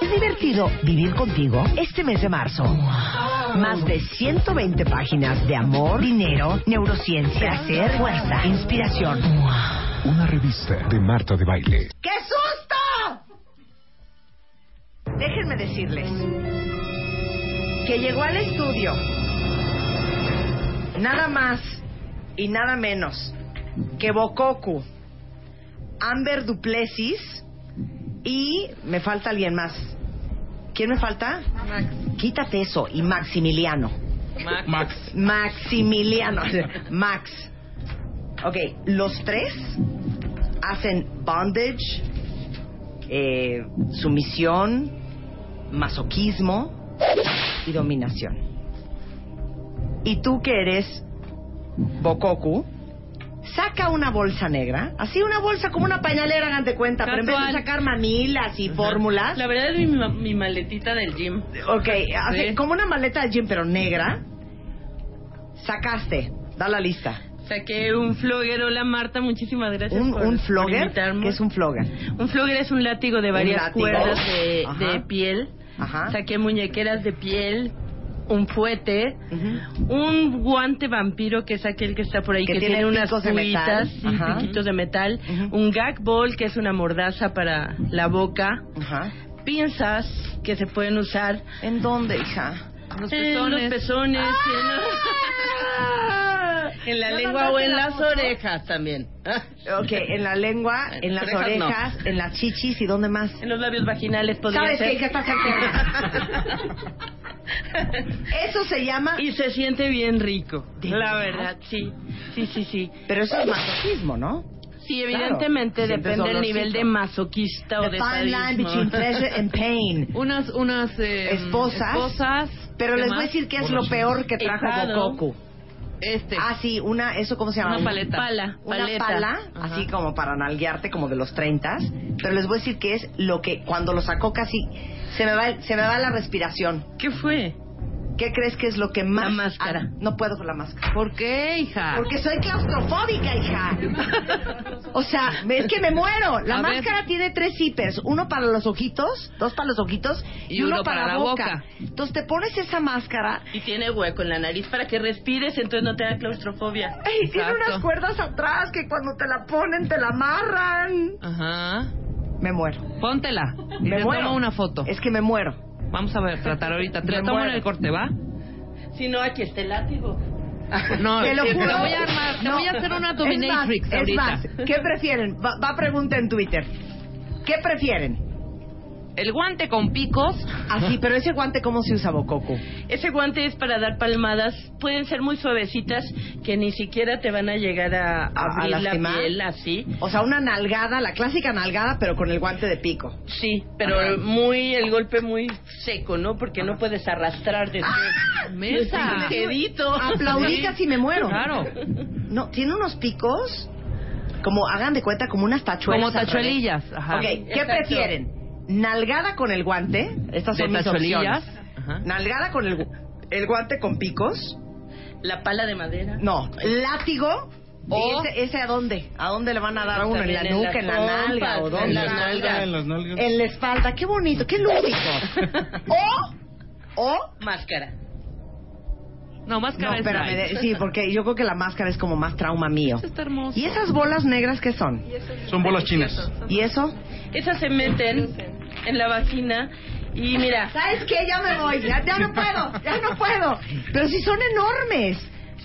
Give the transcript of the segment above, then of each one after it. ¿Es divertido vivir contigo este mes de marzo? Más de 120 páginas de amor, dinero, neurociencia, placer, fuerza, inspiración. Una revista de Marta de Baile. ¡Qué susto! Déjenme decirles que llegó al estudio nada más y nada menos que Bokoku, Amber Duplessis y me falta alguien más. ¿Quién me falta? Quítate eso y Maximiliano. Max. Maximiliano. Max. Ok, los tres hacen bondage, eh, sumisión, masoquismo y dominación. Y tú que eres Bokoku, saca una bolsa negra, así una bolsa como una pañalera, hagan de cuenta, pero en vez de Casual. sacar mamilas y fórmulas, La verdad es mi, ma- mi maletita del gym. Ok, hace Sí. como una maleta de gym, pero negra. Sacaste, da la lista. Saqué un flogger. Hola Marta, muchísimas gracias Un, por, un por flogger, invitarme. que es un flogger. Un flogger es un látigo de varias látigo. cuerdas de, Ajá. Ah. de piel. Ajá. Saqué muñequeras de piel, un fuete, Ujú. un guante vampiro que es aquel que está por ahí Que que, tiene tiene, unas picos de metal. cuitas y Ajá. piquitos de metal, Ujú. un gag ball que es una mordaza para la boca, Ajá. pinzas que se pueden usar ¿En dónde, hija? Eh, los pezones, los pezones Ah. en, en la No lengua o mandaste en la las foto. orejas también. Ah. Ok, en la lengua, en las Orejas no. orejas, en las chichis y dónde más. En los labios vaginales podría ¿Sabes ser. qué? Que estás enferma. Eso se llama... Y se siente bien rico, ¿De la verdad? verdad, sí, sí, sí, sí. Pero eso es masoquismo, ¿no? Sí, Claro, evidentemente sientes depende del dolorcito. nivel de masoquista o The de fine line sadismo. between pleasure and pain. Unas, unas eh, Esposas. esposas. Pero ¿Qué les más? voy a decir que es lo peor que trajo Estado. Gokoku. Este. Ah, sí, una, eso cómo se llama. Una paleta. Pala, Una paleta. pala, Ajá. así como para nalguearte como de los 30. Pero les voy a decir que es lo que cuando lo sacó casi se me va, el- se me va la respiración. ¿Qué fue? ¿Qué crees que es lo que más? La máscara. Ah. Ah, no puedo con la máscara. ¿Por qué, hija? Porque soy claustrofóbica, hija. O sea, me- es que me muero. La A ver. máscara tiene tres zippers. Uno para los ojitos, dos para los ojitos y, uno, para, la boca. boca. Entonces te pones esa máscara Y tiene hueco en la nariz para que respires, entonces no te da claustrofobia. y tiene Exacto. unas cuerdas atrás que cuando te la ponen te la amarran. Ajá. Me muero. Póntela. Y Me te muero. tomo una foto. Es que me muero. Vamos a ver, tratar ahorita. Te la Me tomo en muero. el corte, ¿va? Si no, aquí está el látigo. No, Te lo sí, juro. Te voy a armar. Te No. voy a hacer una Es dominatrix más, ahorita. Es más, ¿qué prefieren? Va, va pregunta en Twitter. ¿Qué prefieren? El guante con picos. Así, pero ese guante, ¿cómo se usa, Bococo? Ese guante es para dar palmadas, pueden ser muy suavecitas que ni siquiera te van a llegar a, a a abrir la lastimar. piel así. O sea, una nalgada, la clásica nalgada, pero con el guante de pico. Sí, pero muy el golpe muy seco, ¿no? Porque no puedes arrastrar Ah, después. Ah, Mesa. Sí, Quedito. Aplaudí casi me muero. Claro. No, tiene unos picos, como, hagan de cuenta, como unas tachuelas. Como al revés. tachuelillas. Ajá. Ok, ¿qué Exacto. prefieren? ¿Nalgada con el guante? Estas De son mis tachuelillas. opciones. Ajá. ¿Nalgada con el, gu- el guante con picos? La pala de madera. No, látigo. O- ¿Y ese, ese a dónde? ¿A dónde le van a dar a uno? ¿En la También en nuca, en las la nalga? pompas, ¿O en dónde? la nalga. En las nalgas. En la espalda. Qué bonito, qué lúdico. o, o... Máscara. No, máscara No, es espérame, nice. de- sí, porque yo creo que la máscara es como más trauma mío. Eso Está hermoso. ¿Y esas bolas negras qué son? Son bolas chinas. ¿Y eso? Esas se meten en la vagina y mira, ¿Sabes qué? Ya me voy, ya, ya no puedo, ya no puedo. Pero si son enormes.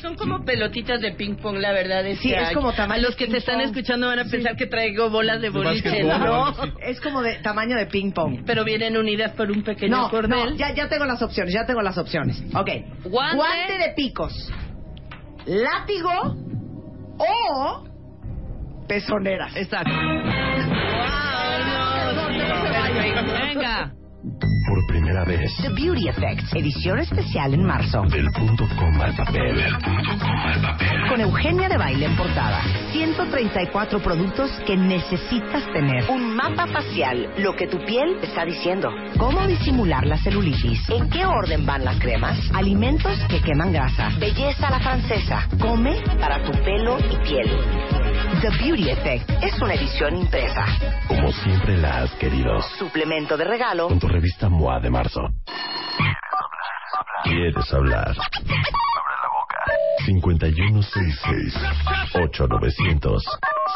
Son como pelotitas de ping pong, la verdad. Es Sí, que es hay- como A tamaño los que de te ping están pong. escuchando van a pensar que traigo bolas de De boliche, básquetbol. ¿no? No, es como de tamaño de ping pong. Pero vienen unidas por un pequeño No, cordel. no, ya, ya tengo las opciones, ya tengo las opciones. Ok. Guante. Guante de picos, látigo o pezoneras. Exacto. Perdón, que no se vayan. Venga. Por primera vez, The Beauty Effect, edición especial en marzo. del punto coma al papel. Del punto coma al papel. Con Eugenia de Baile en portada. 134 productos que necesitas tener. Un mapa facial, lo que tu piel está diciendo. Cómo disimular la celulitis. En qué orden van las cremas. Alimentos que queman grasa. Belleza a la francesa. Come para tu pelo y piel. The Beauty Effect es una edición impresa. Como siempre la has querido. Suplemento de regalo. Con tu revista MOA de marzo. ¿Quieres hablar? Abre la boca. 5166 8900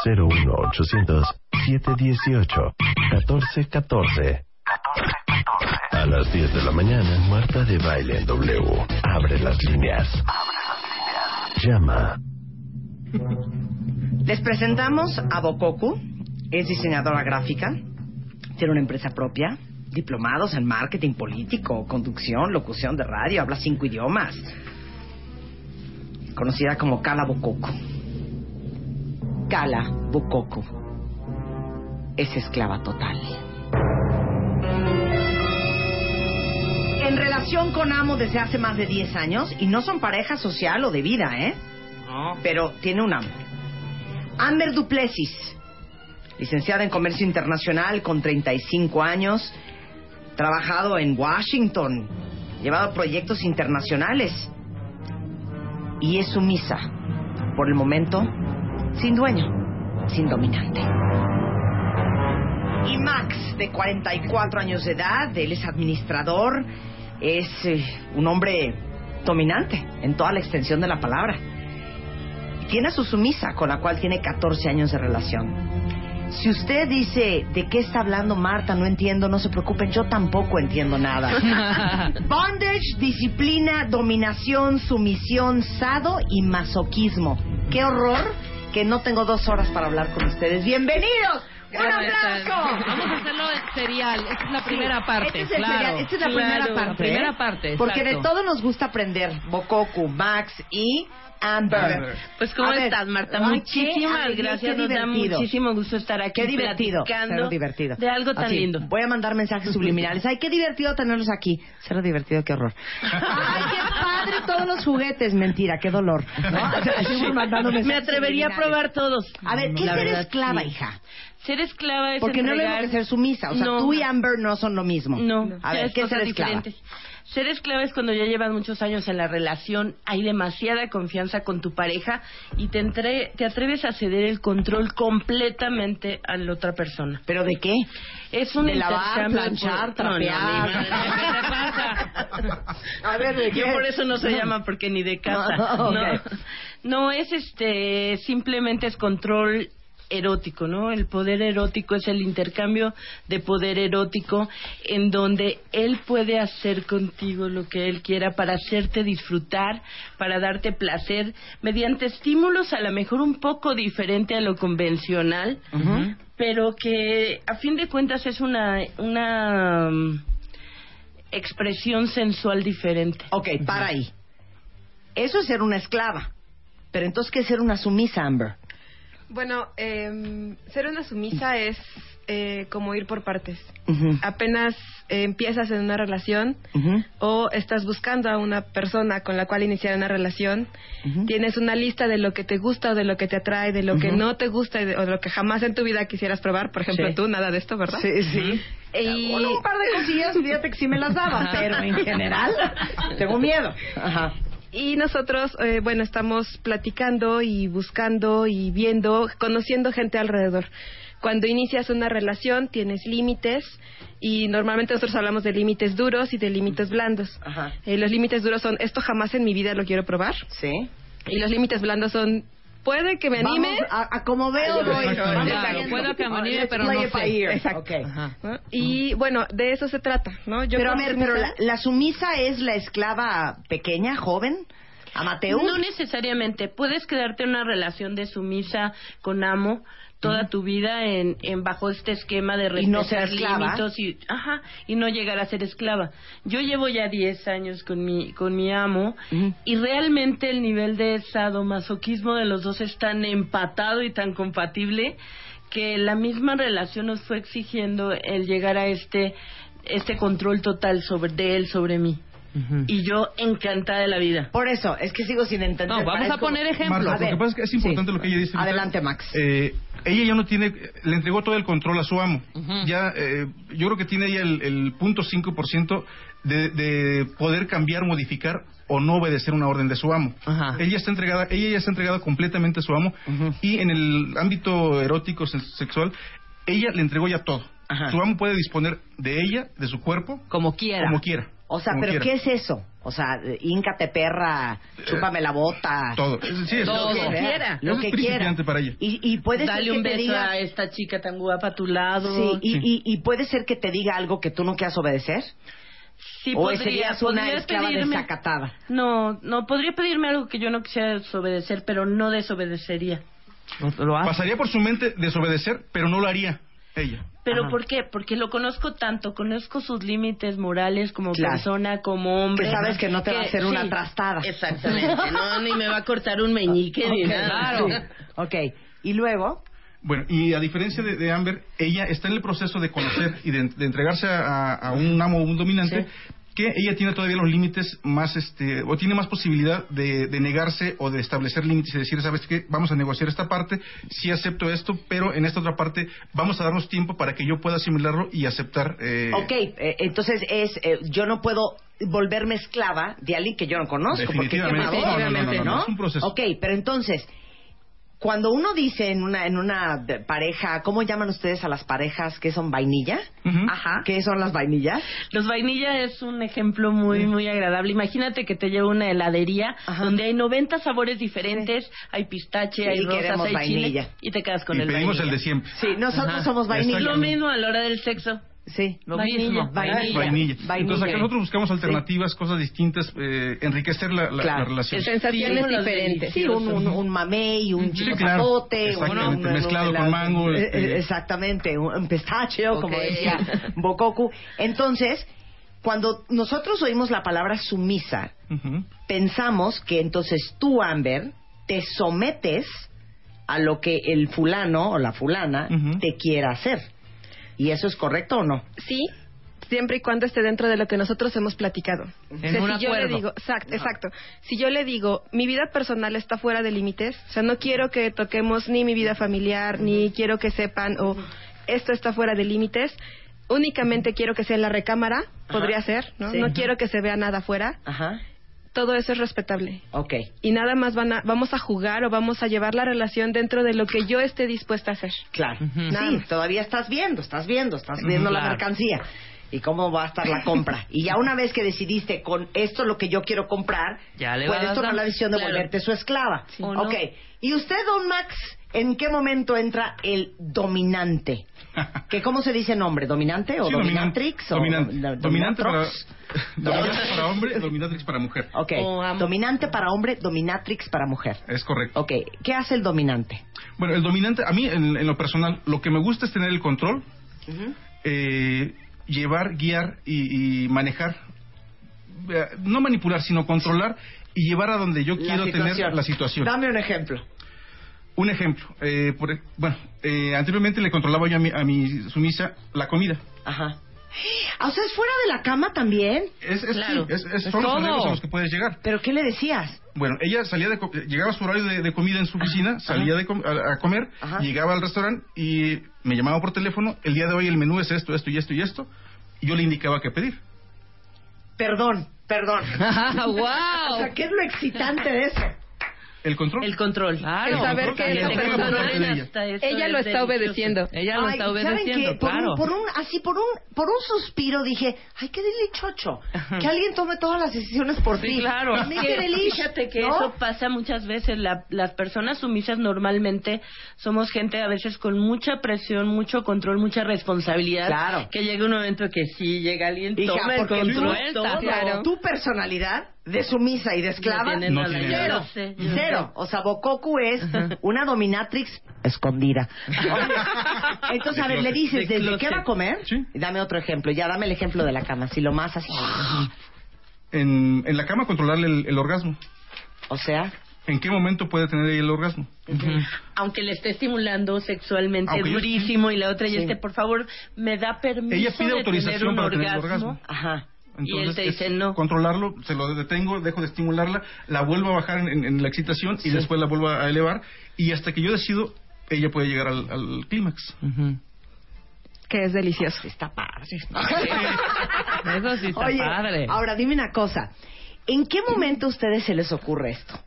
01800 718 1414 a las 10 de la mañana, Marta de Baile en W. Abre las líneas. Llama Les presentamos a Bokoku, es diseñadora gráfica, tiene una empresa propia, diplomados en marketing político, conducción, locución de radio, habla cinco idiomas, conocida como Kala Bokoku. Kala Bokoku es esclava total. En relación con Amo desde hace más de 10 años y no son pareja social o de vida, ¿eh? Pero tiene un amo. Amber Duplessis, licenciada en Comercio Internacional con 35 años, trabajado en Washington, llevado proyectos internacionales y es sumisa, por el momento, sin dueño, sin dominante. Y Max, de 44 años de edad, él es administrador, es eh, un hombre dominante en toda la extensión de la palabra tiene a su sumisa, con la cual tiene 14 años de relación. Si usted dice, ¿de qué está hablando Marta? No entiendo, no se preocupen, yo tampoco entiendo nada. Bondage, disciplina, dominación, sumisión, sado y masoquismo. ¡Qué horror que no tengo dos horas para hablar con ustedes! ¡Bienvenidos! ¡Un Gracias. aplauso! Vamos a hacerlo en serial. Esta es la primera Sí, parte. este es el claro. serial, esta es la Claro, primera parte. La ¿eh? primera parte. Porque de exacto. todo nos gusta aprender. Bokoku, Max y Amber. Amber. Pues, ¿cómo A ver, estás, Marta? ay, qué Muchísimas alegría, gracias. qué Nos da divertido. muchísimo gusto estar aquí Qué divertido. platicando Cero divertido. de algo tan Así, lindo. Voy a mandar mensajes subliminales. Ay, qué divertido tenerlos aquí. Cero divertido, qué horror. Ay, qué padre todos los juguetes. Mentira, qué dolor. ¿no? O sea, así voy mandando Me mensajes atrevería a subliminales. probar todos. A ver, ¿qué La ser verdad, esclava, sí. hija? Ser esclava es Porque no le entregar- debe ser sumisa. O sea, No. tú y Amber no son lo mismo. No, A ya ver, es ¿qué cosa ser esclava? diferente. Ser esclava es cuando ya llevas muchos años en la relación, hay demasiada confianza con tu pareja y te, entre- te atreves a ceder el control completamente a la otra persona. ¿Pero de qué? Es un De lavar, intercambio planchar, por- No, no, trapear. mi madre, ¿qué te pasa? A ver, ¿de qué? Yo por eso no se llama porque ni de casa. No, No, ok. No, es este, simplemente es control erótico, ¿no? El poder erótico es el intercambio de poder erótico en donde él puede hacer contigo lo que él quiera para hacerte disfrutar, para darte placer mediante estímulos a lo mejor un poco diferente a lo convencional, Ujú. pero que a fin de cuentas es una una mm, expresión sensual diferente. Ok, para ahí. Eso es ser una esclava. Pero entonces, ¿qué es ser una sumisa, Amber? Bueno, em, ser una sumisa es eh, como ir por partes. Ujú, Apenas eh, empiezas en una relación ujú, o estás buscando a una persona con la cual iniciar una relación, ujú. tienes una lista de lo que te gusta o de lo que te atrae, de lo que Ujú. no te gusta y de- o de lo que jamás en tu vida quisieras probar. Por ejemplo, Sí. tú, nada de esto, ¿verdad? Sí, sí. Y- Bueno, un par de cosillas, fíjate que sí me las daba, pero en general tengo miedo. Ajá. Y nosotros, eh, bueno, estamos platicando y buscando y viendo, conociendo gente alrededor. Cuando inicias una relación tienes límites y normalmente nosotros hablamos de límites duros y de límites blandos. Ajá. Eh, los límites duros son esto jamás en mi vida lo quiero probar Sí. y los límites blandos son puede que me anime. Vamos a, a como veo, voy. Exactamente. Vamos Claro, viendo. puedo que me anime, Let's pero play no it by sé. ear. Exacto. Okay. ¿no? Y bueno, de eso se trata, ¿no? Yo Pero a como ver, pero sumisa- la, la sumisa es la esclava pequeña, joven. Amateur. No necesariamente. Puedes quedarte en una relación de sumisa con amo toda tu vida en, en bajo este esquema de Y no ser respetar esclava. límites y, ajá, y no llegar a ser esclava. Yo llevo ya 10 años con mi, con mi amo Ujú. y realmente el nivel de sadomasoquismo de los dos es tan empatado y tan compatible que la misma relación nos fue exigiendo el llegar a este este control total sobre de él sobre mí Ujú. y yo encantada de la vida. Por eso, es que sigo sin entender. No, vamos a Parezco- poner ejemplos. Marta, A ver, lo que pasa es que es importante sí. lo que ella dice. ahorita. Adelante, Max. Eh, ella ya no tiene, le entregó todo el control a su amo. Ya, eh, yo creo que tiene ella el, el punto cinco por ciento de, de poder cambiar, modificar o no obedecer una orden de su amo. Ajá. Ella está entregada, ella ya está entregada completamente a su amo y en el ámbito erótico se- sexual, ella le entregó ya todo. Ajá. Su amo puede disponer de ella, de su cuerpo, Como quiera. como quiera. O sea, como ¿pero quiera. Eh, qué es eso? O sea, íncate perra, chúpame la bota. Todo. Sí, es- Todo. Lo que quiera. Lo Eso es que quiera. principiante para ella. Y, y puede Dale ser que un te beso diga... a esta chica tan guapa a tu lado. Sí, y, y- y puede ser que te diga algo que tú no quieras obedecer. Sí, o podría, serías una podría esclava pedirme- desacatada. No, no, podría pedirme algo que yo no quisiera desobedecer, pero no desobedecería. Pasaría por su mente desobedecer, pero no lo haría ella. ¿Pero Ajá. por qué? Porque lo conozco tanto, conozco sus límites morales como Claro. persona, como hombre. Que sabes que no te va a hacer una sí, trastada. Exactamente, no, ni me va a cortar un meñique ni Ok, nada. sí. Ok, y luego... Bueno, y a diferencia de, de Amber, ella está en el proceso de conocer y de, de entregarse a, a- a un amo o un dominante. que ella tiene todavía los límites más, este, o tiene más posibilidad de, de negarse o de establecer límites y decir, sabes qué, vamos a negociar esta parte, sí acepto esto, pero en esta otra parte vamos a darnos tiempo para que yo pueda asimilarlo y aceptar. eh, Ok, eh, entonces es, eh, yo no puedo volverme esclava de alguien que yo no conozco, porque qué Definitivamente. maduro, No, no, no, no, no, obviamente, es un proceso. Ok, pero entonces, cuando uno dice en una, en una de- pareja, ¿cómo llaman ustedes a las parejas que son vainilla? Ujú. Ajá. ¿Qué son las vainillas? Los vainilla es un ejemplo muy, muy agradable. Imagínate que te lleva una heladería Ajá. donde hay 90 sabores diferentes, hay pistache, Sí, hay queremos rosas, hay vainilla. chile, y te quedas con y el pedimos vainilla. el de siempre. Sí, nosotros Ajá. somos vainilla. Es lo mismo a la hora del sexo. Sí, Lo vainilla, mismo. Vainilla. Vainilla. Entonces, acá Vainilla. nosotros buscamos alternativas, cosas distintas, eh, enriquecer la, la- Claro. la relación. Sensaciones Estímulos de- diferentes. Sí, un, un, un mamey, un Sí, chico claro. zapote, un- Exactamente, un- un- mezclado un- con mango, eh, este. eh, Exactamente, un un pistachio, como Ok. decía Bokoku. Entonces, cuando nosotros oímos la palabra sumisa, Ujú. pensamos que entonces tú, Amber, te sometes a lo que el fulano o la fulana Ujú. te quiera hacer. ¿Y eso es correcto o no? Sí, siempre y cuando esté dentro de lo que nosotros hemos platicado. En un si yo le acuerdo. digo, exacto, exacto. Si yo le digo, mi vida personal está fuera de límites, o sea, no quiero que toquemos ni mi vida familiar, ni quiero que sepan, o esto está fuera de límites, únicamente quiero que sea en la recámara, podría ser, ¿no? Sí. No quiero que se vea nada afuera, Ajá. todo eso es respetable. Ok. Y nada más van a- vamos a jugar o vamos a llevar la relación dentro de lo que yo esté dispuesta a hacer. Claro. Ujú. Nada más. todavía estás viendo, estás viendo, estás viendo la Claro. mercancía y cómo va a estar la compra. y ya una vez que decidiste con esto es lo que yo quiero comprar, Ya le puedes vas tomar dando. la decisión de Claro. volverte su esclava. ¿O no? Ok. ¿Y usted, don Max, en qué momento entra el dominante? ¿Que ¿Cómo se dice nombre? ¿Dominante o Sí, dominan- dominatrix? dominante. O, dominatrix? dominante, para, dominante para hombre, dominatrix para mujer. Ok. O am- Dominante para hombre, dominatrix para mujer. Es correcto. Ok. ¿Qué hace el dominante? Bueno, el dominante, a mí en, en lo personal, lo que me gusta es tener el control, eh, llevar, guiar y, y manejar, eh, no manipular, sino controlar y llevar a donde yo quiero tener la situación. Dame un ejemplo. Un ejemplo, eh, por e- bueno, eh, anteriormente le controlaba yo a mi, a mi sumisa la comida. Ajá. Ah, O sea, es fuera de la cama también. Es, es, Claro. sí, es- es- Es son los todo. horarios a los que puedes llegar. ¿Pero qué le decías? Bueno, ella salía de co- llegaba a su horario de, de comida en su oficina, salía de com- a, a comer, Ajá. llegaba al restaurante y me llamaba por teléfono, el día de hoy el menú es esto, esto y esto y esto, y yo le indicaba qué pedir. Perdón, perdón. Ah, O ¡Wow! sea, ¿qué es lo excitante de eso? El control. El control. Claro. El saber que También esa te controlan persona, ella. Hasta eso ella lo es está delicioso. obedeciendo. Ella lo Ay, está ¿saben obedeciendo, qué? Por claro. Un, por un, así, por un, por un suspiro dije, ay, qué delichocho. Que alguien tome todas las decisiones por ti. claro. A mí, qué delish, Fíjate que ¿no? eso pasa muchas veces. La- las personas sumisas normalmente somos gente a veces con mucha presión, mucho control, mucha responsabilidad. Claro. Que llega un momento que sí, llega alguien, Hija, toma el porque tú, control. tú- todo. tu personalidad de sumisa y de esclava, No tiene No nada. tiene cero, nada. Yo sé, yo cero. O sea, Bokoku es una dominatrix escondida. Oye, Entonces, a ver, le De dices, ¿desde closet. qué va a comer? Sí. Dame otro ejemplo, ya dame el ejemplo de la cama, si lo más así, En, en la cama controlarle el, el orgasmo. o sea, ¿En qué momento puede tener ella el orgasmo? Aunque le esté estimulando sexualmente Aunque yo- durísimo y la otra ya Sí. esté, por favor, me da permiso. Ella pide de autorización tener un para tener orgasmo. el orgasmo. ajá. Y él te es dice no. Controlarlo, se lo detengo, dejo de estimularla, la vuelvo a bajar en, en- en la excitación y después la vuelvo a elevar. Y hasta que yo decido, ella puede llegar al, al clímax. que es delicioso. Ah, Está padre. Eso sí está Oye, padre. ahora dime una cosa. ¿En qué momento a ustedes se les ocurre esto?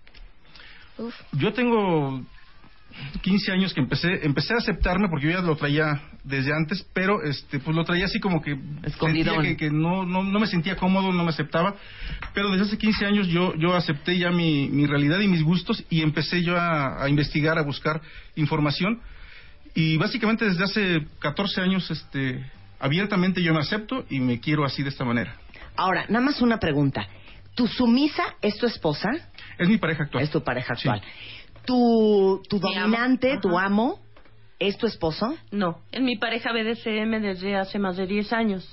Yo tengo 15 años que empecé empecé a aceptarme porque yo ya lo traía desde antes, pero este pues lo traía así como que Escondidón. sentía que, que no, no no me sentía cómodo, no me aceptaba, pero desde hace 15 años yo yo acepté ya mi, mi realidad y mis gustos y empecé yo a, a investigar, a buscar información y básicamente desde hace 14 años este abiertamente yo me acepto y me quiero así de esta manera. Ahora, nada más una pregunta. ¿Tu sumisa es tu esposa? Es mi pareja actual. Es tu pareja Sí. actual. ¿Tu, tu Mi amo. dominante, tu Ajá. amo, es tu esposo? No, en mi pareja BDSM desde hace más de 10 años.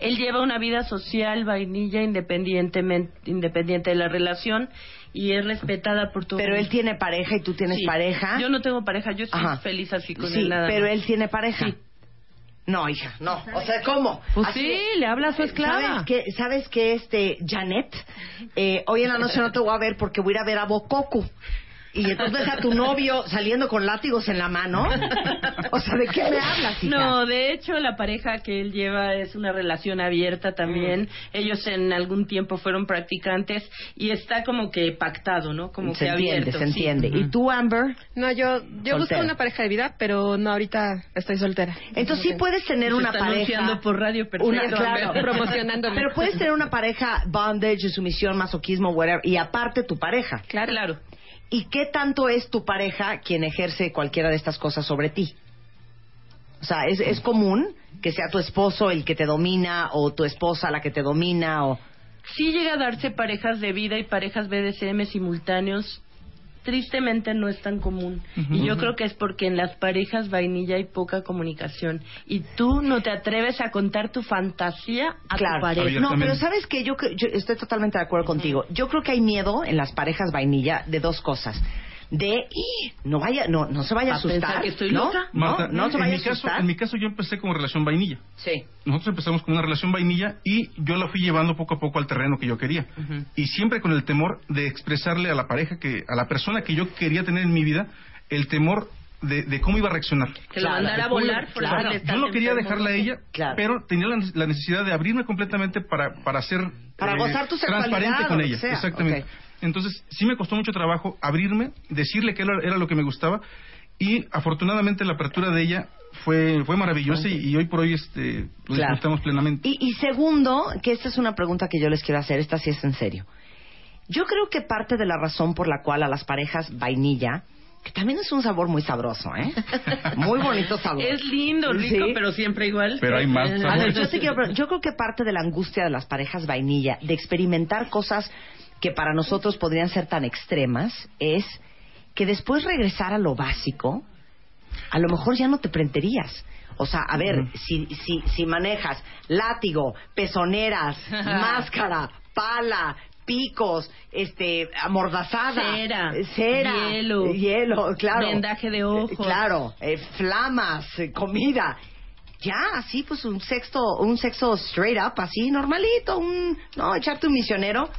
Él lleva una vida social, vainilla, independientemente, independiente de la relación y es respetada por todo. Pero él tiene pareja y tú tienes Sí. pareja. Yo no tengo pareja, yo estoy Ajá. feliz así con Sí, él. nada pero más. él tiene pareja. Sí. No, hija, no. O sea, ¿cómo? ¿Ah, Pues Así sí, de- le habla Eh, a su esclava. ¿Sabes qué? ¿Sabes qué, este, Janet? Eh, hoy en la noche no te voy a ver porque voy a ir a ver a Bococu. Y entonces ves a tu novio saliendo con látigos en la mano. O sea, ¿de qué me hablas, hija? No, de hecho la pareja que él lleva es una relación abierta Mm. también. Ellos en algún tiempo fueron practicantes y está como que pactado, ¿no? Como se que entiende, abierto. se sí. entiende. ¿Y tú, Amber? No, yo, yo busco Soltera. una pareja de vida, pero no ahorita estoy soltera. Entonces sí puedes tener Se una está pareja... anunciando por radio perfecto. una, claro, Amber. promocionándome. Pero puedes tener una pareja bondage, sumisión, masoquismo, whatever, y aparte tu pareja. Claro, claro. ¿Y qué tanto es tu pareja quien ejerce cualquiera de estas cosas sobre ti? O sea, ¿es, es común que sea tu esposo el que te domina o tu esposa la que te domina o... Sí llega a darse parejas de vida y parejas BDSM simultáneos. Tristemente no es tan común. Y yo creo que es porque en las parejas vainilla hay poca comunicación. Y tú no te atreves a contar tu fantasía a tu pareja. No, pero Abiertamente. sabes que yo, cre- yo estoy totalmente de acuerdo contigo. Yo creo que hay miedo en las parejas vainilla de dos cosas. De "Ih, no vaya, no, no se vaya a, A pensar asustar. que estoy ¿no? loca. No, Marta, no, se en vaya a mi caso, asustar. en mi caso yo empecé como relación vainilla. Sí. Nosotros empezamos con una relación vainilla y yo la fui llevando poco a poco al terreno que yo quería. Y siempre con el temor de expresarle a la pareja, que a la persona que yo quería tener en mi vida, el temor de, de cómo iba a reaccionar. Que lo mandara a volar por O sea, haberle yo estado no quería enfermo. dejarla a ella, Claro. pero tenía la, la necesidad de abrirme completamente para, para ser eh, Para gozar tu sexualidad o transparente lo con que ella. sea. Exactamente. Ok. Entonces, sí me costó mucho trabajo abrirme, decirle que era, era lo que me gustaba y afortunadamente la apertura de ella fue fue maravillosa y, y hoy por hoy este lo Claro. disfrutamos plenamente. Y, y segundo, que esta es una pregunta que yo les quiero hacer, esta sí es en serio. Yo creo que parte de la razón por la cual a las parejas vainilla, que también es un sabor muy sabroso, ¿eh? Muy bonito sabor. Es lindo, rico, Sí. pero siempre igual. Pero hay más A ver, sabores. yo, te quiero preguntar, yo creo que parte de la angustia de las parejas vainilla, de experimentar cosas que para nosotros podrían ser tan extremas, es que después regresar a lo básico, a lo mejor ya no te prenterías. O sea, a ver, si, si, si manejas látigo, pezoneras, máscara, pala, picos, este, amordazada, Cera, cera, hielo, hielo, claro, vendaje de ojos. claro, eh, flamas, eh, comida, ya así pues un sexto, un sexo straight up así normalito, un no echarte un misionero,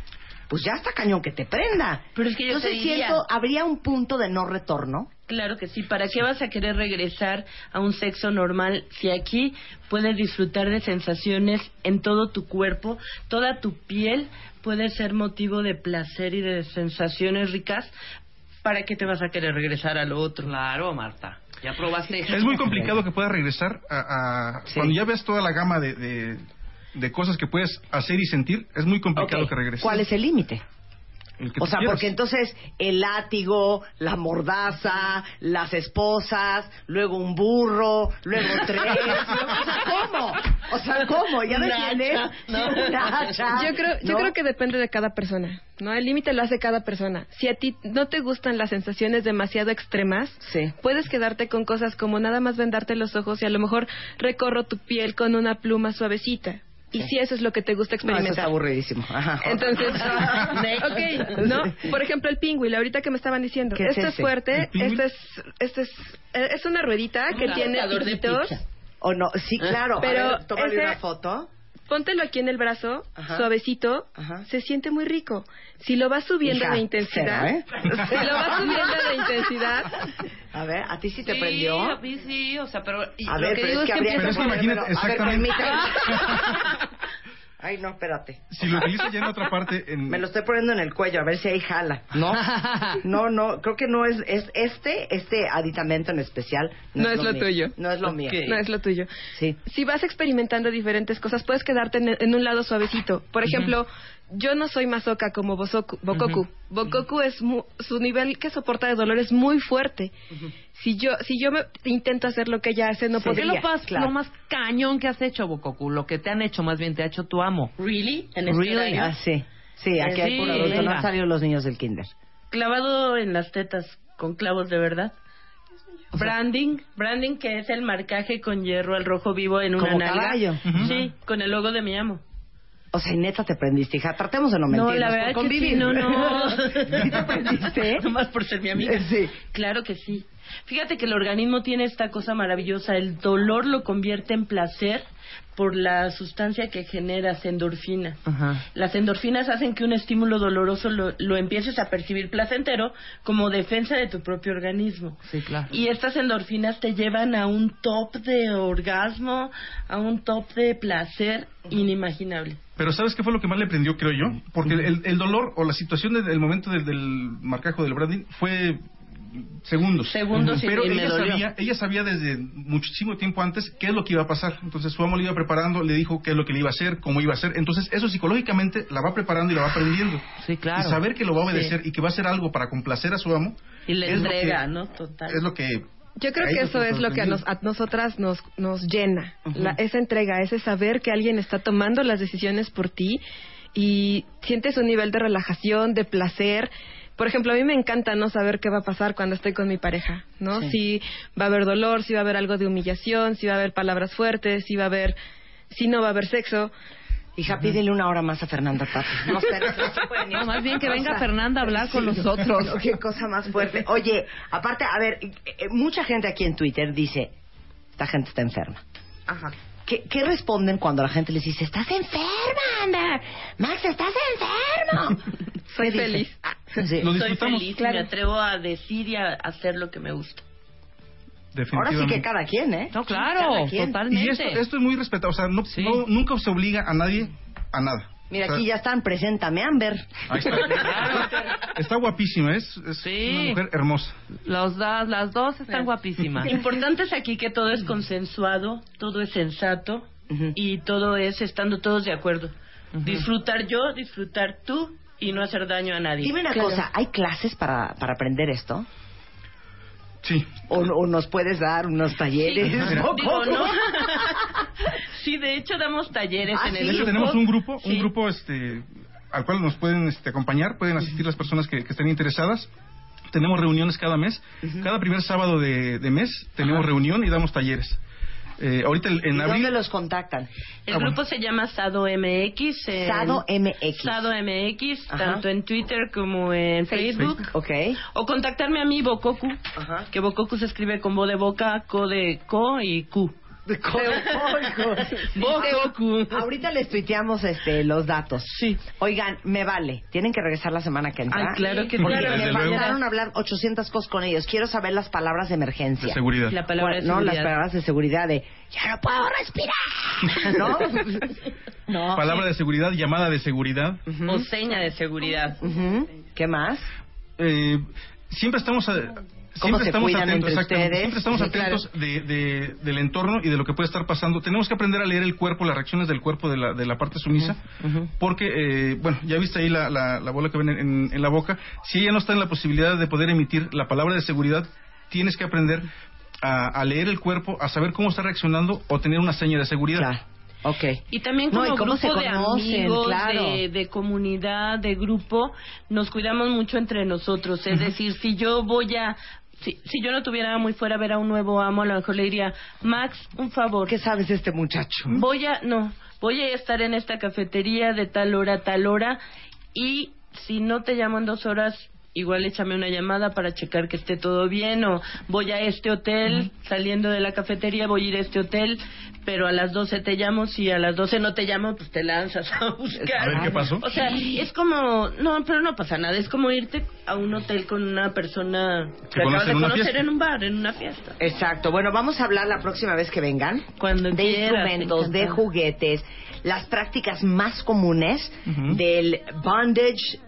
pues ya está cañón que te prenda. Pero es que yo Entonces te diría- siento habría un punto de no retorno. Claro que sí. ¿Para qué vas a querer regresar a un sexo normal si aquí puedes disfrutar de sensaciones en todo tu cuerpo? Toda tu piel puede ser motivo de placer y de sensaciones ricas. ¿Para qué te vas a querer regresar al otro? Claro, Marta. Ya probaste. Es muy complicado que puedas regresar a, a- Sí. cuando ya ves toda la gama de, de- de cosas que puedes hacer y sentir, es muy complicado Ok, que regreses. ¿Cuál es el límite? El que O tú sea, quieras. porque entonces el látigo, la mordaza, las esposas, luego un burro, luego tres. O sea, ¿cómo? O sea, ¿cómo? ¿Ya me Una entiendes? hacha, ¿no? Sí, una hacha, Yo creo, yo ¿no? creo que depende de cada persona, ¿no? El límite lo hace cada persona. Si a ti no te gustan las sensaciones demasiado extremas, Sí. puedes quedarte con cosas como nada más vendarte los ojos y a lo mejor recorro tu piel con una pluma suavecita. Y si eso es lo que te No, eso está gusta experimentar. aburridísimo. Ajá. Entonces, ok, Next. ¿no? Por ejemplo, el pingüil, ahorita que me estaban diciendo, ¿Qué es esto es, ese? fuerte, ¿El esto es, esto es, eh, es una ruedita que Un tiene adaptador de piquitos. pizza. O no, sí, claro. Pero Pero tómale ese- una foto. Póntelo aquí en el brazo, Ajá. suavecito, Ajá. se siente muy rico. Si lo vas subiendo Hija, de intensidad, cero, ¿eh? si lo vas subiendo de intensidad, A ver, ¿a ti sí te sí, prendió? a mí sí, o sea, pero... y A lo ver, que pero digo es que habría Pero que es que imagínate, ponérmelo. A ver, exactamente. permítame. Ay, no, espérate. Si lo utilizas ya en otra parte, en... Me lo estoy poniendo en el cuello, a ver si ahí jala. No, no, no, creo que no es, es este, este aditamento en especial. No es lo mío. tuyo. No es lo mío. Ok. no es lo tuyo. Sí. Si vas experimentando diferentes cosas, puedes quedarte en, en un lado suavecito. Por ejemplo, yo no soy masoca como Bosoku- Bokoku. Bokoku es mu- su nivel que soporta de dolor es muy fuerte. Si yo si yo me, intento hacer lo que ella hace, no Sí. ¿Por qué podría. lo, pas- claro. lo más cañón que has hecho, Bokoku? Lo que te han hecho, más bien te ha hecho tu amo. ¿Really? En este Really? horario. Ah, sí. Sí, aquí hay Sí, puro adulto. No venga. han salido los niños del kinder. Clavado en las tetas con clavos de verdad. Branding, branding que es el marcaje con hierro al rojo vivo en una Como nalga. caballo. Sí, con el logo de mi amo. O sea, y neta te prendiste, hija. Tratemos de no No, mentirnos. la verdad por es que convivir. sí, no, no. ¿Sí te prendiste? Nomás por ser mi amiga. Sí. Claro que sí. Fíjate que el organismo tiene esta cosa maravillosa. El dolor lo convierte en placer por la sustancia que generas, endorfina. Ajá. Las endorfinas hacen que un estímulo doloroso lo, lo empieces a percibir placentero como defensa de tu propio organismo. Sí, claro. Y estas endorfinas te llevan a un top de orgasmo, a un top de placer inimaginable. Pero ¿sabes qué fue lo que más le prendió, creo yo? Porque el, el dolor o la situación del, del momento del, del marcajo del branding fue segundos. Segundos y- Pero y me ella, dolió. sabía, ella sabía desde muchísimo tiempo antes qué es lo que iba a pasar. Entonces su amo le iba preparando, le dijo qué es lo que le iba a hacer, cómo iba a hacer. Entonces eso psicológicamente la va preparando y la va prendiendo. Sí, claro. Y saber que lo va a obedecer y que va a hacer algo para complacer a su amo. Y le es lo entrega, que- ¿no? Total. Es lo que... Yo creo a que ellos eso los es lo que a, nos- sorprendió. a nosotras nos, nos llena, la- esa entrega, ese saber que alguien está tomando las decisiones por ti y sientes un nivel de relajación, de placer. Por ejemplo, a mí me encanta no saber qué va a pasar cuando estoy con mi pareja, ¿no? Si va a haber dolor, si va a haber algo de humillación, si va a haber palabras fuertes, si va a haber, si no va a haber sexo. Hija, pídele una hora más a Fernanda Tapia. No, espérate, no se pueden ir. No, más bien que O venga sea, Fernanda a hablar con sí, nosotros. no, Qué cosa más fuerte. Oye, aparte, a ver, eh, eh, mucha gente aquí en Twitter dice, esta gente está enferma. Ajá. ¿Qué, qué responden cuando la gente les dice, estás enferma, Amber? Max, estás enfermo. Soy ¿Qué dice? feliz. Ah, sí. Lo Soy disfrutamos. feliz, y Claro. me atrevo a decir y a hacer lo que me gusta. Ahora sí que Definitivamente. cada quien, ¿eh? No, claro, Cada quien. totalmente. Y esto, esto es muy respetado. O sea, no, Sí. no- nunca se obliga a nadie a nada. Mira, O sea, aquí ya están, preséntame, Amber. Ahí está. está guapísima, es, es Sí. una mujer hermosa. Los dos, las dos están guapísimas. Importante es aquí que todo es consensuado, todo es sensato Ujú. y todo es estando todos de acuerdo. Disfrutar yo, disfrutar tú y no hacer daño a nadie. Dime una cosa, ¿hay clases para, para aprender esto? Sí. ¿O, o nos puedes dar unos talleres? ¿O Digo, cómo? ¿no? sí, de hecho damos talleres Ah, en De el sí. hecho, grupo. tenemos un grupo, Sí. un grupo este, al cual nos pueden este, acompañar, pueden asistir las personas que, que estén interesadas. Tenemos reuniones cada mes. Cada primer sábado de, de mes tenemos reunión y damos talleres. Eh, ahorita el- ¿Y en abril. ¿Dónde los contactan? El Ah, bueno. grupo se llama Sado MX. en- Sado MX. Sado MX, Ajá. tanto en Twitter como en Facebook. Ok. O contactarme a mí, Bokoku, Ajá. que Bokoku se escribe con bo de boca, co de co y cu. Bokoku. Ahorita les tuiteamos este, los datos. Sí. Oigan, me vale. Tienen que regresar la semana que entra. Ah, claro que sí. Porque Claro, me desde luego. mandaron a hablar 800 cosas con ellos. Quiero saber las palabras de emergencia. De seguridad. La palabra no, de las seguridad. palabras de seguridad de ya no puedo respirar. ¿No? no. Palabra de seguridad, llamada de seguridad. O seña de seguridad. Ujú. ¿Qué más? eh, siempre estamos a- siempre se estamos cuidan entre atentos, exactamente, ustedes? siempre estamos Sí, atentos de- de- del entorno y de lo que puede estar pasando. Tenemos que aprender a leer el cuerpo, las reacciones del cuerpo de la, de la parte sumisa, porque, eh, bueno, ya viste ahí la, la- la bola que ven en, en la boca. Si ella no está en la posibilidad de poder emitir la palabra de seguridad, tienes que aprender a, a leer el cuerpo, a saber cómo está reaccionando o tener una seña de seguridad. Claro. Ok. Y también como No, ¿y cómo grupo se de conocen? amigos, Claro. de, de comunidad, de grupo, nos cuidamos mucho entre nosotros. Es decir, si yo voy a... Si, si yo no tuviera muy fuera a ver a un nuevo amo, a lo mejor le diría, Max, un favor, ¿Qué sabes de este muchacho? voy a... No, voy a estar en esta cafetería de tal hora a tal hora y si no te llamo en dos horas... Igual échame una llamada para checar que esté todo bien o voy a este hotel, saliendo de la cafetería voy a ir a este hotel, pero a las 12 te llamo, si a las 12 no te llamo, pues te lanzas a buscar. A ver qué pasó. O sea, es como, no, pero no pasa nada, es como irte a un hotel con una persona que Que acabas conoces en de una conocer fiesta. en un bar, en una fiesta. Exacto. Bueno, vamos a hablar la próxima vez que vengan Cuando de quieras, instrumentos, de encantada. juguetes, las prácticas más comunes Ujú. del bondage,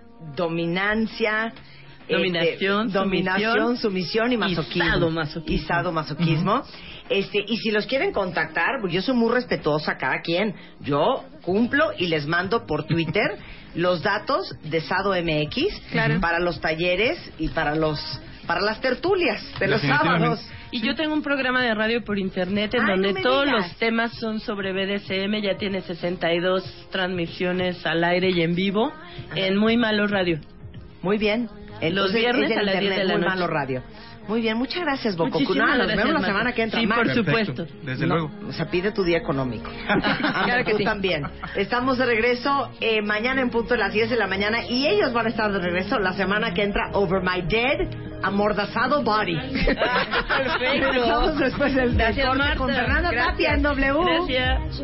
dominancia, Dominación, este, dominación, sumisión, sumisión y masoquismo. y sadomasoquismo. Y sadomasoquismo. Este, y si los quieren contactar, porque yo soy muy respetuosa cada quien. Yo cumplo y les mando por Twitter los datos de Sado MX para los talleres y para los para las tertulias de los Definitivamente. sábados. Y yo tengo un programa de radio por internet en Ay, donde no me todos digas. los temas son sobre BDSM, ya tiene 62 transmisiones al aire y en vivo en Muy Malo Radio. Muy bien. Los Entonces, viernes es en a las 10 internet, de la muy noche. malo radio. Muy bien, muchas gracias, Boco. Muchísimas Nada, nos gracias, vemos la Marta. semana que entra. Sí, Mar. por Perfecto, supuesto. Desde No, luego. O sea, pide tu día económico. claro que tú también. Estamos de regreso eh, mañana en punto de las 10 de la mañana y ellos van a estar de regreso la semana que entra Over My Dead Amordazado Body. Ah, Perfecto. Regresamos después del del Gracias, corte con Marta. Fernanda Gracias. Tapia en W. Gracias.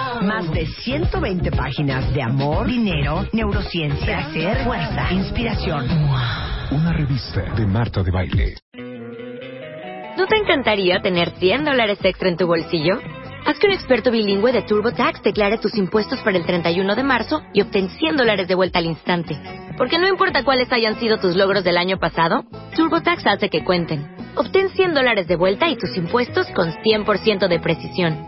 de 120 páginas de amor, dinero, neurociencia, placer, fuerza, inspiración. Una revista de Marta de Baile. ¿No te encantaría tener 100 dólares extra en tu bolsillo? Haz que un experto bilingüe de TurboTax declare tus impuestos para el 31 de marzo y obtén 100 dólares de vuelta al instante. Porque no importa cuáles hayan sido tus logros del año pasado, TurboTax hace que cuenten. Obtén 100 dólares de vuelta y tus impuestos con 100% de precisión.